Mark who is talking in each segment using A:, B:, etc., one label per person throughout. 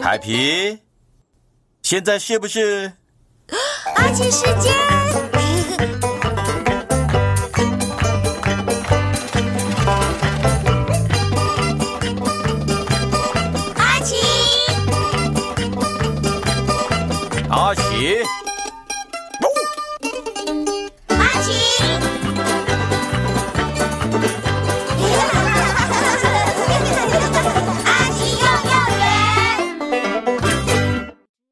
A: 台皮，现在是不是？
B: 阿奇时间，阿奇，
A: 阿奇，
B: 阿奇。阿奇幼幼园，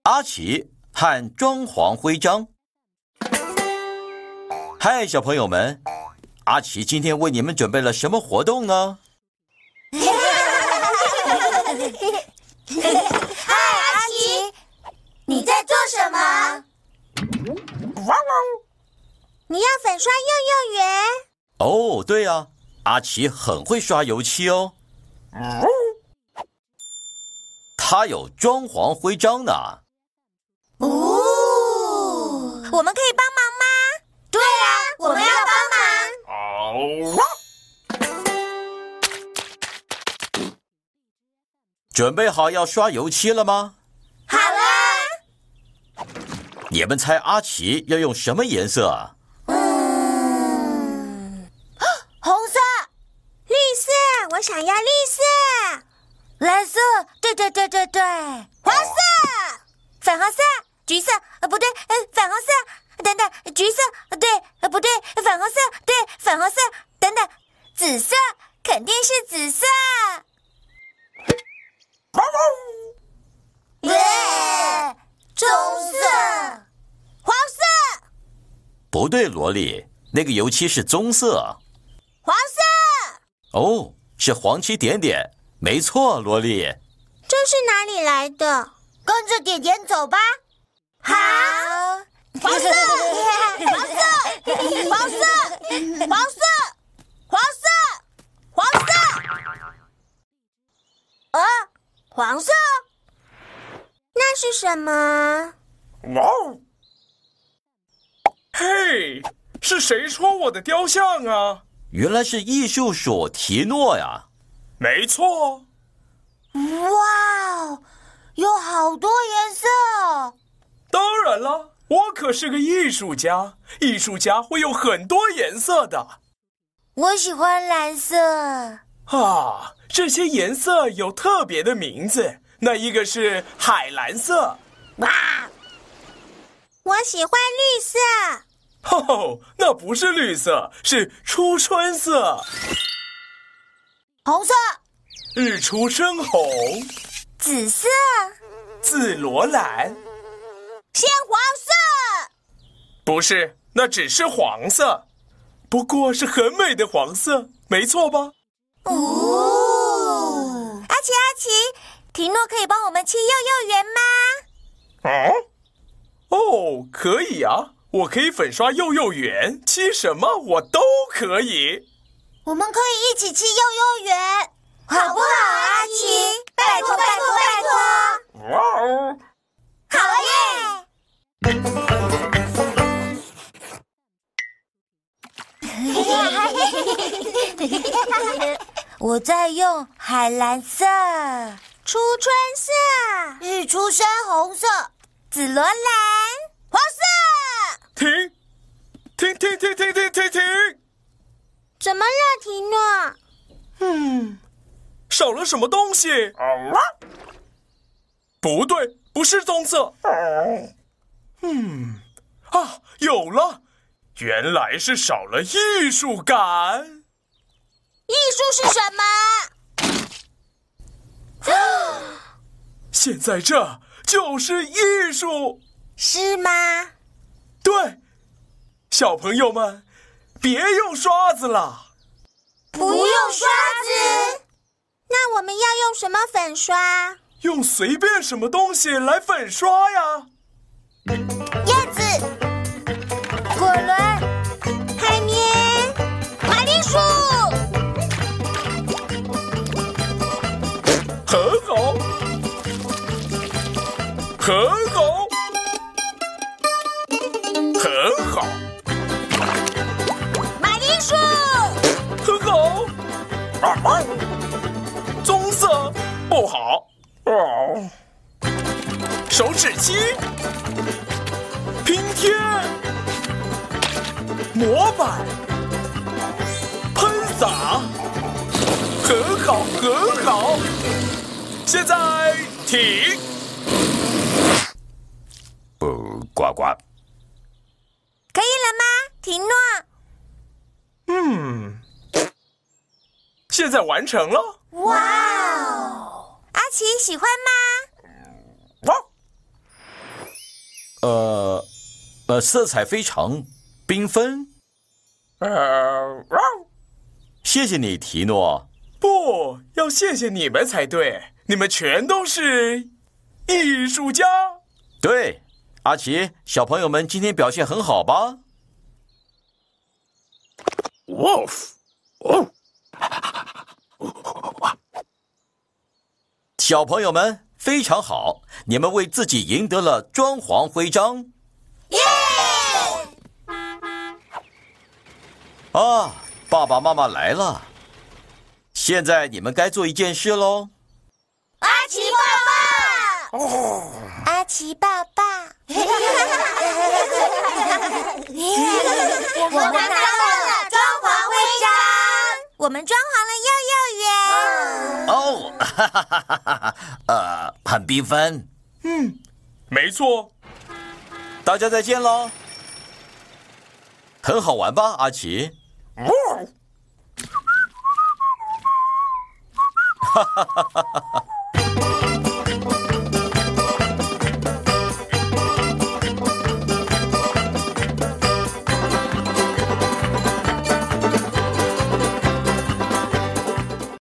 A: 阿奇和装潢徽章。嗨，小朋友们，阿奇今天为你们准备了什么活动呢？
B: 阿奇，你在做什么？你要粉刷幼幼园？
A: 哦，对呀、阿奇很会刷油漆哦。他有装潢徽章呢。
B: 哦，我们可以帮忙吗？对啊，我们要帮
A: 准备好要刷油漆了吗？
B: 忙。好了，
A: 你们猜阿奇要用什么颜色啊？
B: 嗯红色、绿色，我想要绿色。蓝色，对对对对对，黄色、粉红色、橘色，呃，不对，呃，粉红色，等等，橘色，呃对，呃，不对，粉红色，对，粉红色，等等，紫色，肯定是紫色。耶，棕色、黄色。
A: 不对，萝莉，那个油漆是棕色。
B: 黄色，
A: 哦，是黄漆点点，没错，萝莉。
B: 这是哪里来的？跟着点点走吧。好，黄 色，黄色，黄色，黄色，黄色，黄色。呃，黄色，那是什么？
C: 哇哦！嘿，是谁戳我的雕像啊？
A: 原来是艺术鼠提诺呀！
C: 没错，
B: 哇哦，有好多颜色哦！
C: 当然了，我可是个艺术家，艺术家会有很多颜色的
B: 我喜欢蓝色。
C: 啊。这些颜色有特别的名字，那一个是海蓝色，
B: 我喜欢绿色，
C: 哦，那不是绿色，是初春色，
B: 红色，
C: 日出深红，
B: 紫色，
C: 紫罗兰。
B: 鲜黄色。
C: 不是，那只是黄色，不过是很美的黄色，没错吧？
B: 哦，阿奇阿奇，提诺可以帮我们去幼幼园吗？
C: 哦，可以啊，我可以粉刷幼幼园，漆什么我都可以。
B: 我们可以一起去幼幼园，好不好，阿奇？拜托拜托拜托！
C: 哇哦！
B: 好耶！我在用海蓝色、初春色、日出深红色、紫罗兰、黄色。
C: 停，停停停停停停停，
B: 怎么了，提诺？
C: 少了什么东西？不对，不是棕色。嗯，啊，有了，原来是少了艺术感。
B: 艺术是什么？
C: 现在这就是艺术，
B: 是吗？
C: 对，小朋友们，别用刷子了，
B: 不用刷子。那我们要用什么粉刷？
C: 用随便什么东西来粉刷呀。
B: 叶子、果轮、海绵、马铃薯。
C: 很好，很好，很好，
B: 马铃薯，
C: 很好。棕色不好，手指鸡、拼贴、模板、喷洒，很好，很好。现在停。
A: 呃，呱呱，
B: 可以了吗？提诺，
C: 现在完成了。
B: 哇哦，阿奇喜欢吗？
C: 哇，
A: 呃，呃，色彩非常缤纷。
C: 呃，哇，
A: 谢谢你，提诺。
C: 不要谢谢你们才对，你们全都是艺术家。
A: 对，阿奇，小朋友们今天表现很好吧？
C: Wolf，
A: 小朋友们非常好，你们为自己赢得了装潢徽章
B: 耶！
A: 啊！爸爸妈妈来了，现在你们该做一件事喽。
B: 阿奇爸爸，阿奇爸爸， 我们拿到了装潢徽章，我们装潢了幼幼园。
A: 哦，哈哈哈哈哈哈，呃，很缤纷。
C: 没错，
A: 大家再见喽，很好玩吧，阿奇？